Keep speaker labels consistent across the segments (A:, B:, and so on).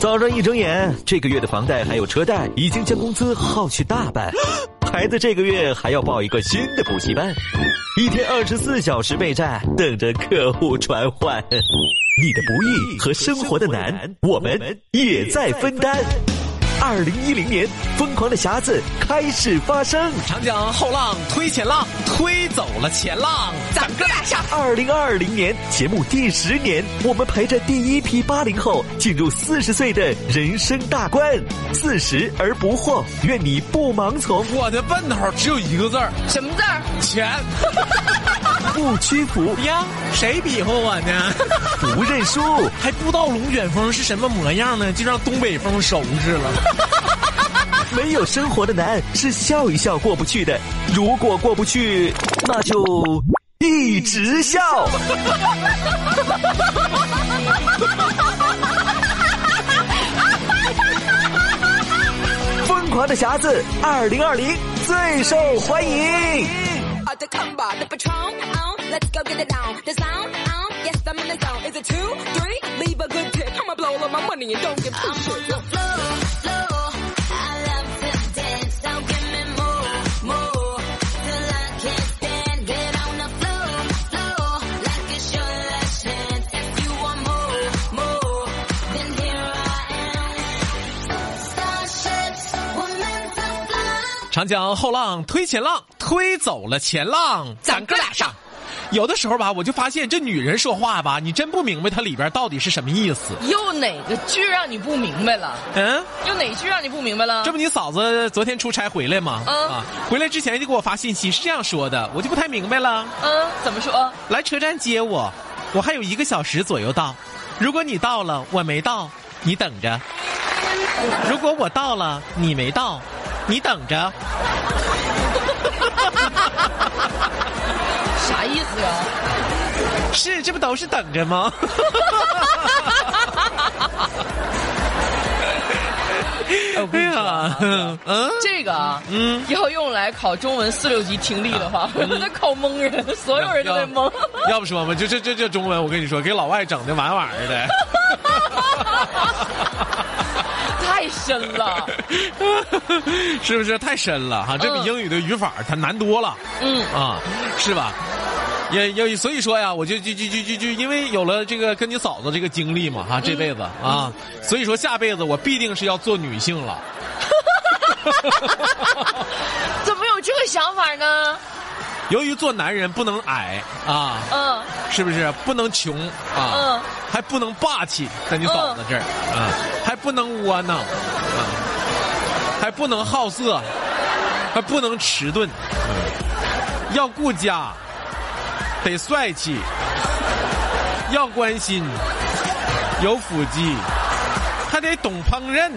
A: 早上一睁眼，这个月的房贷还有车贷已经将工资耗去大半，孩子这个月还要报一个新的补习班，一天二十四小时备战，等着客户传唤。你的不易和生活的难，我们也在分担。二零一零年，疯狂的匣子开始发生。
B: 长江后浪推前浪，推走了前浪，咱哥俩上。
A: 二零二零年节目第十年，我们陪着第一批八零后进入四十岁的人生大关。四十而不惑，愿你不盲从，
B: 我的奔头只有一个字儿：
C: 什么字儿？
B: 钱。
A: 不屈服，
B: 呀，谁比划我呢？
A: 不认输。
B: 还不知道龙卷风是什么模样呢，就让东北风收拾了。
A: 没有生活的难是笑一笑过不去的，如果过不去，那就一直笑。疯狂的匣子，二零二零最受欢迎。
D: All the combo, the patron, on. Let's go get it on. The sound, on. Yes, I'm in the zone. Is it two, three? Leave a good tip. I'ma blow all of my money and don't give a shit.
E: Starships were meant to fly.
B: 长江后浪推前浪，推走了前浪，咱哥俩上。有的时候吧，我就发现这女人说话吧，你真不明白她里边到底是什么意思。
C: 又哪个句让你不明白了？
B: 嗯，
C: 又哪句让你不明白了
B: 这？不你嫂子昨天出差回来吗？
C: 嗯
B: 啊，回来之前就给我发信息，是这样说的，我就不太明白了。
C: 嗯，怎么说？
B: 来车站接我，我还有一个小时左右到。如果你到了，我没到，你等着；如果我到了，你没到，你等着。
C: 啥意思啊呀？
B: 是，这不都是等着吗？
C: 哎我
B: 哎
C: 跟你说
B: 呀
C: 啊，
B: 嗯，
C: 这个啊，嗯，要用来考中文四六级听力的
B: 啊
C: 话，
B: 嗯
C: 那考蒙人，所有人都得蒙。
B: 要要不说嘛，就这这这中文，我跟你说，给老外整的玩玩儿 的。
C: 太深了，
B: 是不是太深了哈？这比
C: 嗯
B: 英语的语法它难多了，
C: 嗯
B: 啊，是吧？也也所以说呀，我就就就就就就因为有了这个跟你嫂子这个经历嘛哈，这辈子、啊，所以说下辈子我必定是要做女性了。
C: 怎么有这个想法呢？
B: 由于做男人不能矮啊，
C: 嗯，
B: 是不是不能穷啊？
C: 嗯
B: 还不能霸气，在你嫂子这儿啊，还不能窝囊啊，还不能好色，还不能迟钝，嗯要顾家，得帅气，要关心，有腹肌，还得懂烹饪，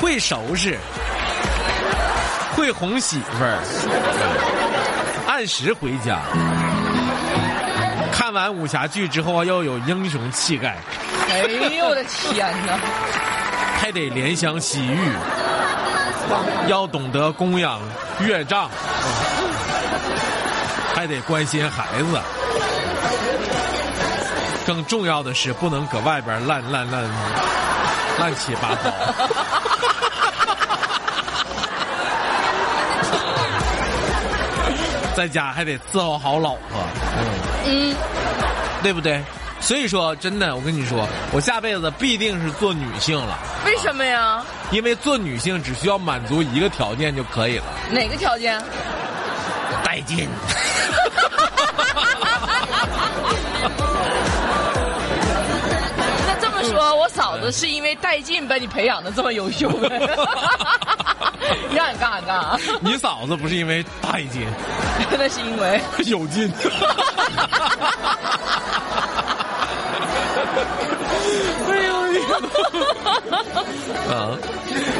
B: 会收拾，会哄媳妇儿。啊按时回家。看完武侠剧之后啊，要有英雄气概，
C: 哎呦我的天哪！
B: 还得怜香惜玉，要懂得供养岳丈，还得关心孩子。更重要的是，不能搁外边烂烂烂乱七八糟。在家还得伺候好老婆，
C: 嗯，
B: 对不对？所以说，真的，我跟你说，我下辈子必定是做女性了，
C: 为什么呀？
B: 因为做女性只需要满足一个条件就可以了，
C: 哪个条件？
B: 带劲。
C: 那这么说，我嫂子是因为带劲把你培养的这么优秀 呗？你让你干俺干啊，
B: 你嫂子不是因为带劲，
C: 那是因为
B: 有劲。 哎呦 我天哪！啊，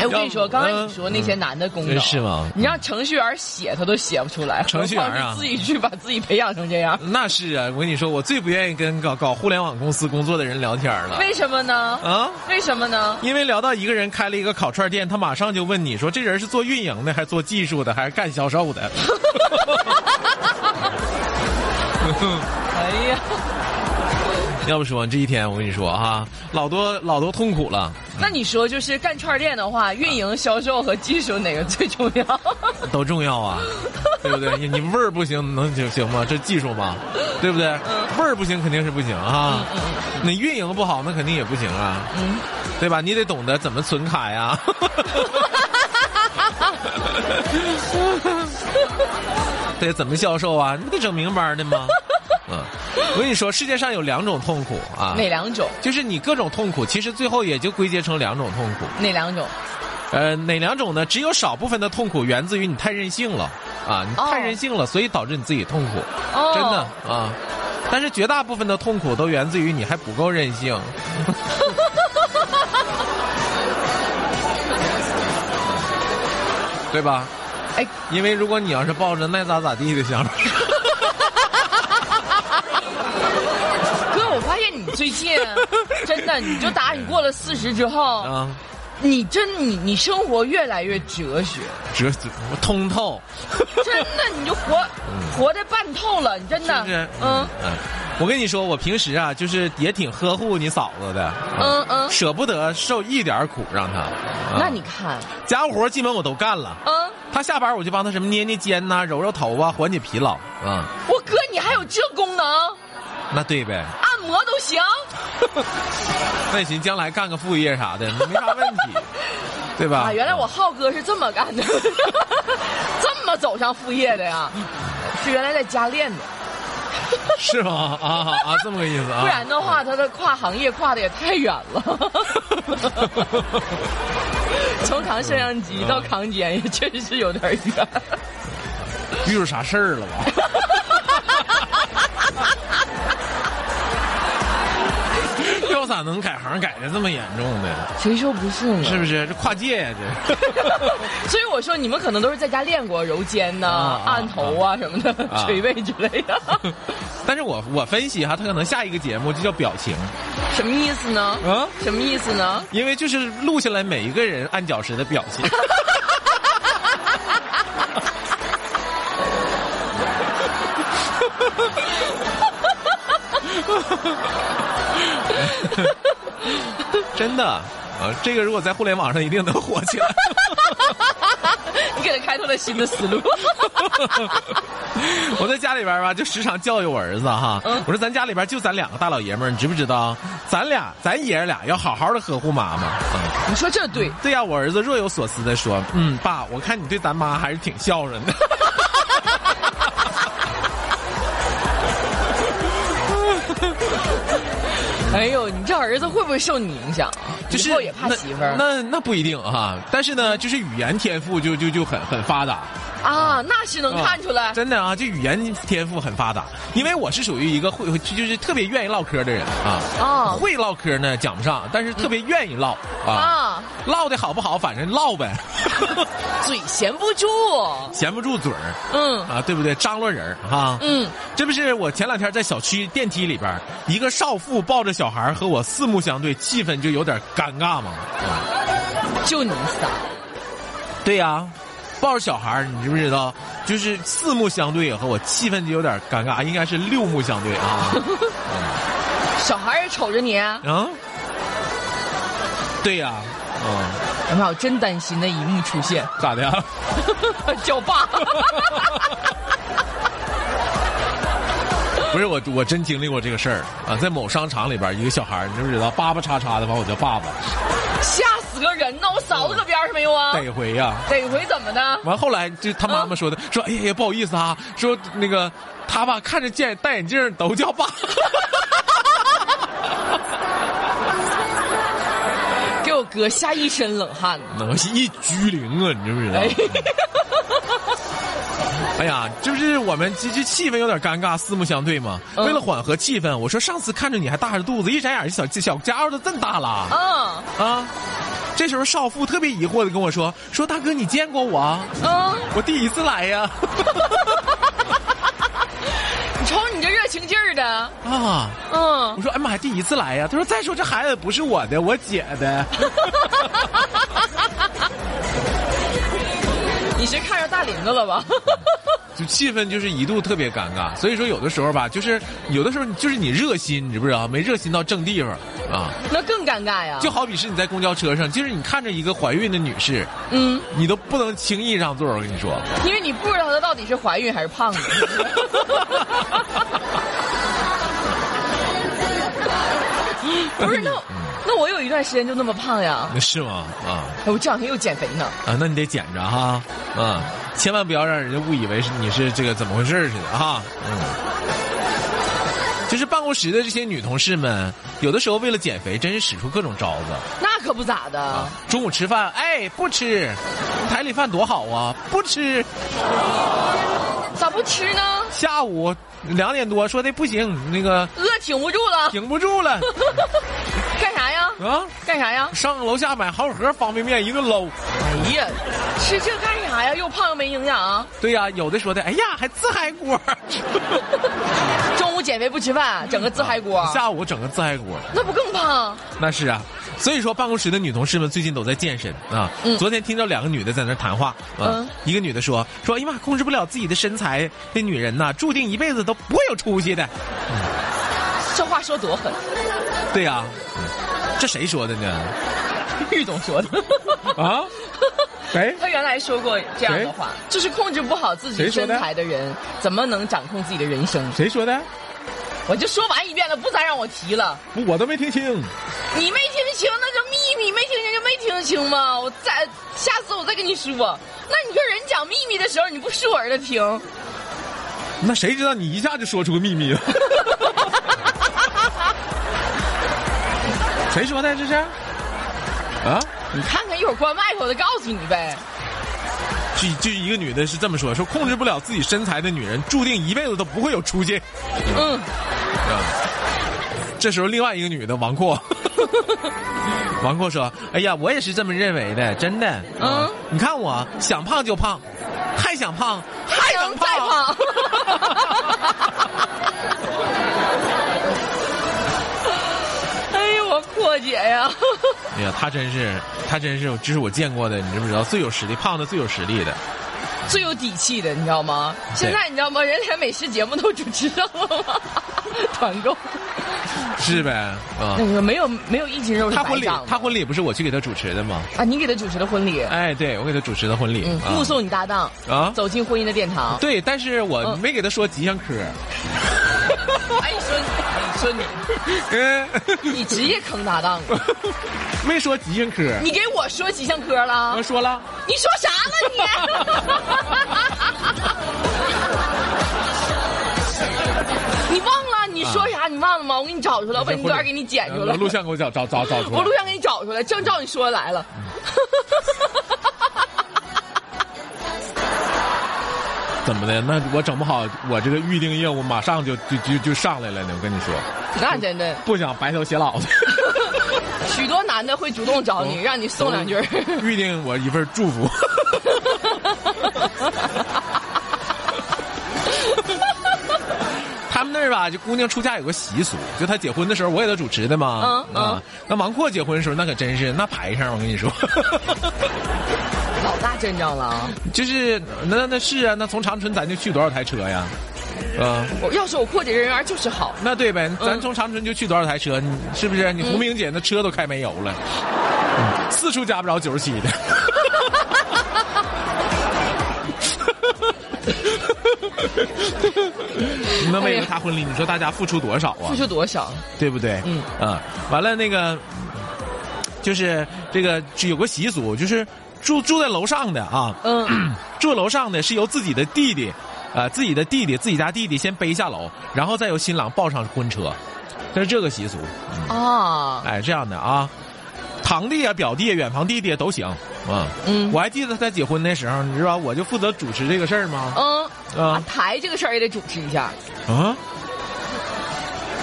C: 哎，我跟你说，
B: 要
C: 刚才你说那些男的功
B: 嗯
C: 劳
B: 是吗
C: 你让程序员写他都写不出来，
B: 程序员啊
C: 何况是自己去把自己培养成这样，
B: 那是啊，我跟你说，我最不愿意跟搞搞互联网公司工作的人聊天了
C: 为什么呢？
B: 啊。
C: 为什么呢？
B: 因为聊到一个人开了一个烤串店，他马上就问你说这人是做运营的，还是做技术的，还是干销售的？
C: 哎呀，
B: 要不说这一天，我跟你说啊，老多老多痛苦了，
C: 那你说，就是干串店的话，运营、销售和技术哪个最重要？
B: 都重要啊，对不对？你你味儿不行能行行吗？这技术嘛，对不对？味儿不行肯定是不行啊，你运营不好那肯定也不行啊，对吧？你得懂得怎么存卡呀。 得怎么销售啊？你不得整明白的吗？嗯，我跟你说，世界上有两种痛苦啊，
C: 哪两种？
B: 就是你各种痛苦，其实最后也就归结成两种痛苦。
C: 哪两种？
B: 呃，哪两种呢？只有少部分的痛苦源自于你太任性了啊，你太
C: 哦
B: 任性了，所以导致你自己痛苦，
C: 哦
B: 真的啊。但是绝大部分的痛苦都源自于你还不够任 性。对吧？
C: 哎，
B: 因为如果你要是抱着爱咋咋地的想法，
C: 哥，我发现你最近啊 真的，你就打你过了四十之后，
B: 啊，
C: 你真你你生活越来越哲 学，
B: 这这我通透，
C: 真的你就活活得半透了，你真
B: 嗯是
C: 的
B: 不是？，
C: 嗯
B: 嗯，我跟你说，我平时啊，就是也挺呵护你嫂子的，
C: 嗯嗯，
B: 舍不得受一点苦让她。啊
C: 那你看，
B: 家务活基本我都干了，
C: 嗯，
B: 她下班我就帮她什么捏捏肩呐、揉揉头啊，缓解疲劳啊、
C: 我哥你还有这功能，
B: 那对呗，
C: 按摩都行，
B: 啊那行，将来干个副业啥的没啥问 题，对吧？
C: 啊，原来我浩哥是这么干的， 这么走上副业的呀，是原来在家练的，
B: 是吗？啊啊啊，这么个意思啊。
C: 不然的话他的跨行业跨的也太远了， 从扛摄像机到扛肩也确实是有点远。
B: 遇着啥事儿了吧？ 要咋能改行改的这么严重呢？
C: 谁说不是 呢？
B: 是不是？这跨界呀、
C: 所以我说你们可能都是在家练过揉肩呐、
B: 啊啊
C: 按头啊什么的、
B: 啊
C: 捶背之类的，
B: 这。但是我我分析哈，他可能下一个节目就叫表情，
C: 什么意思呢？
B: 啊
C: 什么意思呢？
B: 因为就是录下来每一个人按脚时的表情。 真的啊，这个如果在互联网上一定能火起来。
C: 你给他开拓了新的思路。
B: 我在家里边吧，就时常教育我儿子哈。
C: 嗯
B: 我说咱家里边就咱两个大老爷们儿，你知不知道？咱俩，咱爷儿俩要好好的呵护妈妈。嗯
C: 你说这对，
B: 对呀、我儿子若有所思的说：“嗯，爸，我看你对咱妈还是挺孝顺 的。
C: 哎呦，你这儿子会不会受你影响啊？”
B: 就是
C: 以后也怕
B: 那
C: 媳妇儿
B: 那那不一定哈。但是呢，就是语言天赋就就就很很发达，
C: 啊，那是能看出来。
B: 真的啊，就语言天赋很发达。因为我是属于一个会就是特别愿意唠嗑的人啊。
C: 哦
B: 会唠嗑呢讲不上，但是特别愿意唠、啊。
C: 啊，
B: 唠的好不好，反正唠呗，
C: 嘴闲不住，
B: 闲不住嘴儿
C: 嗯
B: 啊，对不对？张罗人儿哈。
C: 嗯，
B: 这不是我前两天在小区电梯里边儿，一个少妇抱着小孩儿和我四目相对，气氛就有点尴尬嘛。
C: 就你仨，
B: 对呀、抱着小孩儿，你知不知道？就是四目相对和我气氛就有点尴尬，应该是六目相对啊。
C: 小孩儿也瞅着你。哎
B: 啊，对呀、嗯，
C: 哎呀妈，我真担心那一幕出现，
B: 咋的呀？
C: 叫 爸。
B: 不是我，我真经历过这个事儿啊，在某商场里边儿，一个小孩儿，你知不知道？叭叭叉叉的管我叫爸爸，
C: 吓死个人呐！我嫂子搁边上没有啊？
B: 得回呀、
C: 得回怎么的？
B: 完后来就他妈妈 说的，说哎呀呀不好意思啊，说那个他吧看着见戴眼镜儿都叫 爸，
C: 给我哥吓一身冷汗。
B: 能是一居灵啊，你知不知道
C: 哎？
B: 哎呀，就是我们这这气氛有点尴尬，四目相对嘛。
C: 嗯
B: 为了缓和气氛，我说上次看着你还大着肚子，一眨眼小小家伙都这么大了
C: 嗯
B: 啊！这时候少妇特别疑惑的跟我说：“说大哥，你见过我？
C: 嗯，
B: 我第一次来呀！
C: 你瞅你这热情劲儿的，
B: 啊！”我
C: 嗯，
B: 说：“哎妈呀，第一次来呀！”他说：“再说这孩子不是我的，我姐的。”
C: 你是看上大林子了吧？
B: 就气氛就是一度特别尴尬。所以说有的时候吧，就是有的时候你就是你热心，你知不知道？没热心到正地方啊。
C: 那更尴尬呀。
B: 就好比是你在公交车上，就是你看着一个怀孕的女士，
C: 嗯，
B: 你都不能轻易让座。我跟你说，
C: 因为你不知道她到底是怀孕还是胖子。 不是那那我有一段时间就那么胖呀，
B: 那是吗？啊
C: 哎我这两天又减肥呢。
B: 啊，那你得捡着哈，啊，千万不要让人家误以为是你是这个怎么回事儿似的哈。嗯，就是办公室的这些女同事们，有的时候为了减肥，真是使出各种招子。
C: 那可不咋的，
B: 啊，中午吃饭，哎，不吃，台里饭多好啊，不吃。
C: 咋不吃呢？
B: 下午两点多说的不行，那个
C: 饿挺不住了，
B: 顶不住 了
C: 干啥呀？
B: 啊，
C: 干啥呀？
B: 上楼下买好几盒方便面，一顿搂。
C: 哎呀，吃这干啥呀？又胖又没营养、
B: 对呀、有的说的，哎呀，还自嗨锅，
C: 中午减肥不吃饭，整个自嗨锅，
B: 下午整个自嗨锅，
C: 那不更胖？
B: 那是啊。所以说，办公室的女同事们最近都在健身啊。
C: 嗯
B: 昨天听到两个女的在那谈话，啊、
C: 嗯
B: 一个女的说说，哎呀妈，控制不了自己的身材的女人呐、注定一辈子都不会有出息的。
C: 这话说多狠，
B: 对呀、嗯这谁说的呢？
C: 玉总说的。
B: 啊？哎，
C: 他原来说过这样的话，就是控制不好自己
B: 谁说
C: 身
B: 的
C: 材的人，怎么能掌控自己的人生？
B: 谁说的？
C: 我就说完一遍了，不再让我提了。
B: 不我都没听清。
C: 你没听清，那就秘密；没听清就没听清嘛。我再下次我再跟你说。那你说人讲秘密的时候，你不竖耳朵听，
B: 那谁知道你一下就说出个秘密 了？谁说的？这是？啊？
C: 你看看一会儿关麦克，我再告诉你呗。
B: 就就一个女的是这么说：说控制不了自己身材的女人，注定一辈子都不会有出息。啊
C: 嗯，
B: 这时候，另外一个女的王阔， 王阔说：“哎呀，我也是这么认为的，真的。
C: 嗯
B: 嗯，你看我想胖就胖，还想胖还能
C: 能再胖。 哎呦，我阔姐呀！
B: 哎呀，她真是，她真是，这是我见过的，你知不知道？最有实力，胖的最有实力的。
C: 最有底气的，你知道吗？现在你知道吗？人连美食节目都主持上了吗？ 团购，
B: 是呗？啊、
C: 那个没有没有一斤肉是
B: 他
C: 白
B: 婚礼
C: 长，的
B: 他婚礼不是我去给他主持的吗？
C: 啊！你给他主持的婚礼，
B: 哎，对，我给他主持的婚礼，
C: 嗯，
B: 啊
C: 目送你搭档
B: 啊
C: 走进婚姻的殿堂。
B: 对，但是我
C: 嗯
B: 没给他说吉祥科，
C: 哎，你说你，你
B: 嗯，
C: 说你，你直接坑搭档了，
B: 没说吉祥科，
C: 你啊给我说吉祥科了
B: 我，说了，
C: 你说啥了你？ 你忘了？你说啥？你忘了吗？我给你找出来，我把啊你段给你剪出来。
B: 呃录像给我找找找找出
C: 我
B: 来
C: 录。像给你找出来，正照你说的来了。
B: 怎么的？那我整不好，我这个预定业务马上就就就就上来了呢。我跟你说，
C: 那真的，
B: 不想白头偕老的。
C: 许多男的会主动找哦
B: 嗯
C: 你，让你送两句儿。
B: 预定我一份祝 福。他们那儿吧，就姑娘出嫁有个习俗，就她结婚的时候，我给她主持的嘛。
C: 嗯
B: 啊，那王阔结婚的时候，那可真是那排上，我跟你说，
C: 老大阵仗了啊！
B: 就是那那是啊，那从长春咱就去多少台车呀？啊，
C: 我要是我阔姐人缘就是好，
B: 那对呗，
C: 嗯
B: 咱从长春就去多少台车？你是不是？你胡明姐那车都开没油了，嗯四处加不着九十七 的。那为了他婚礼，你说大家付出多少啊
C: 哎付？出多少？
B: 对不对？
C: 嗯
B: 啊，完了那个，就是这个有个习俗，就是住住在楼上的啊，
C: 嗯，
B: 住楼上的是由自己的弟弟，呃，自己的弟弟，自己家弟弟先背下楼，然后再由新郎抱上婚车，这是这个习俗。
C: 啊，
B: 哎，这样的啊，堂弟啊、表弟啊、远房弟弟啊都行啊。
C: 嗯
B: 我还记得他结婚的时候，你知道我就负责主持这个事儿吗？
C: 嗯，啊
B: 啊，
C: 台这个事儿也得主持一下。
B: 啊，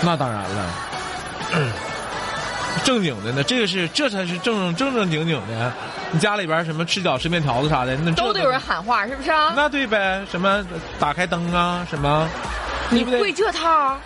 B: 那当然了。 正经的呢，这个是这才是正正正经经的。你家里边什么吃饺吃面条子啥的，那这
C: 都得有人喊话，是不是啊？
B: 那对呗，什么打开灯啊，什么，
C: 你
B: 对不对
C: 会这套？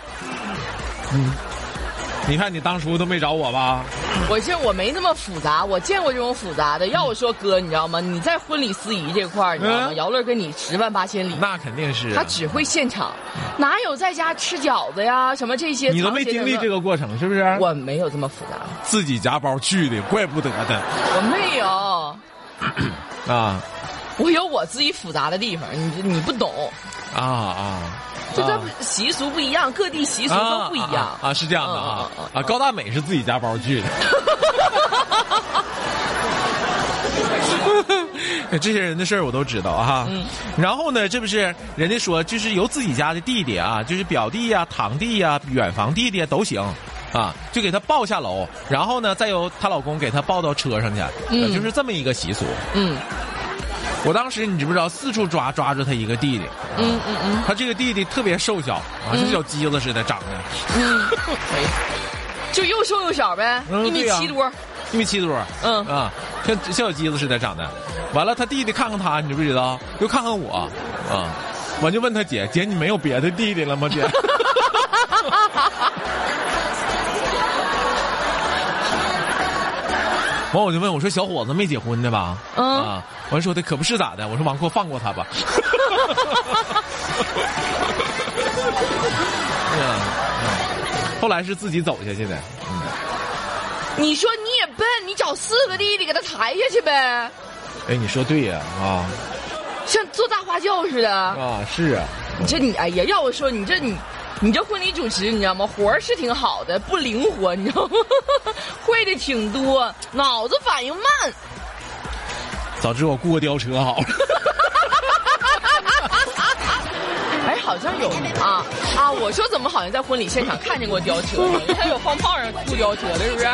B: 你看你当初都没找我吧？
C: 我这我没那么复杂，我见过这种复杂的。要我说哥，你知道吗？你在婚礼司仪这块儿，你知道吗？
B: 嗯
C: 姚乐跟你十万八千里，
B: 那肯定是啊、
C: 他只会现场，哪有在家吃饺子呀什么这些？
B: 你都没经历这
C: 个，
B: 个过程，是不是？
C: 我没有这么复杂，
B: 自己夹包去的，怪不得的
C: 我没有，
B: 啊
C: 我有我自己复杂的地方，你你不懂，
B: 啊啊！
C: 就这
B: 啊
C: 习俗不一样，各地习俗都不一样
B: 啊啊啊是这样的啊
C: 嗯嗯嗯
B: 啊！高大美是自己家包 去的。这些人的事儿我都知道啊，
C: 嗯
B: 然后呢，这不是人家说就是由自己家的弟弟啊，就是表弟呀、堂弟呀、远房弟弟呀都行，啊，就给他抱下楼，然后呢，再由她老公给她抱到车上去，
C: 嗯
B: 呃就是这么一个习俗。
C: 嗯
B: 我当时你知不知道，四处抓抓住他一个弟弟，
C: 嗯嗯嗯
B: 他这个弟弟特别瘦小啊，就小鸡子似的长得，
C: 嗯，可以，就又瘦又小呗，
B: 嗯
C: 一米
B: 对呀
C: 七多，
B: 一米七多，
C: 嗯
B: 啊，像像小鸡子似的长得。完了，他弟弟看看他，你知不知道？又看看我，啊，完就问他姐，姐你没有别的弟弟了吗？姐， 完我就问我说小伙子没结婚的吧？
C: 嗯
B: 啊，完说的可不是咋的，我说王阔放过他吧。 哎呀嗯后来是自己走下去的，嗯
C: 你说你也笨，你找四个弟弟给他抬下去呗，
B: 哎，你说对呀啊。
C: 像做大花轿似的。
B: 啊，是啊，
C: 你这你哎呀，要我说你这你。你这婚礼主持，你知道吗？活儿是挺好的，不灵活，你知道吗？ 会的挺多，脑子反应慢。
B: 早知我雇个吊车好了。
C: 哎，好像有啊啊！我说怎么好像在婚礼现场看见过吊车呢？还有放炮上吐吊车的，是不是？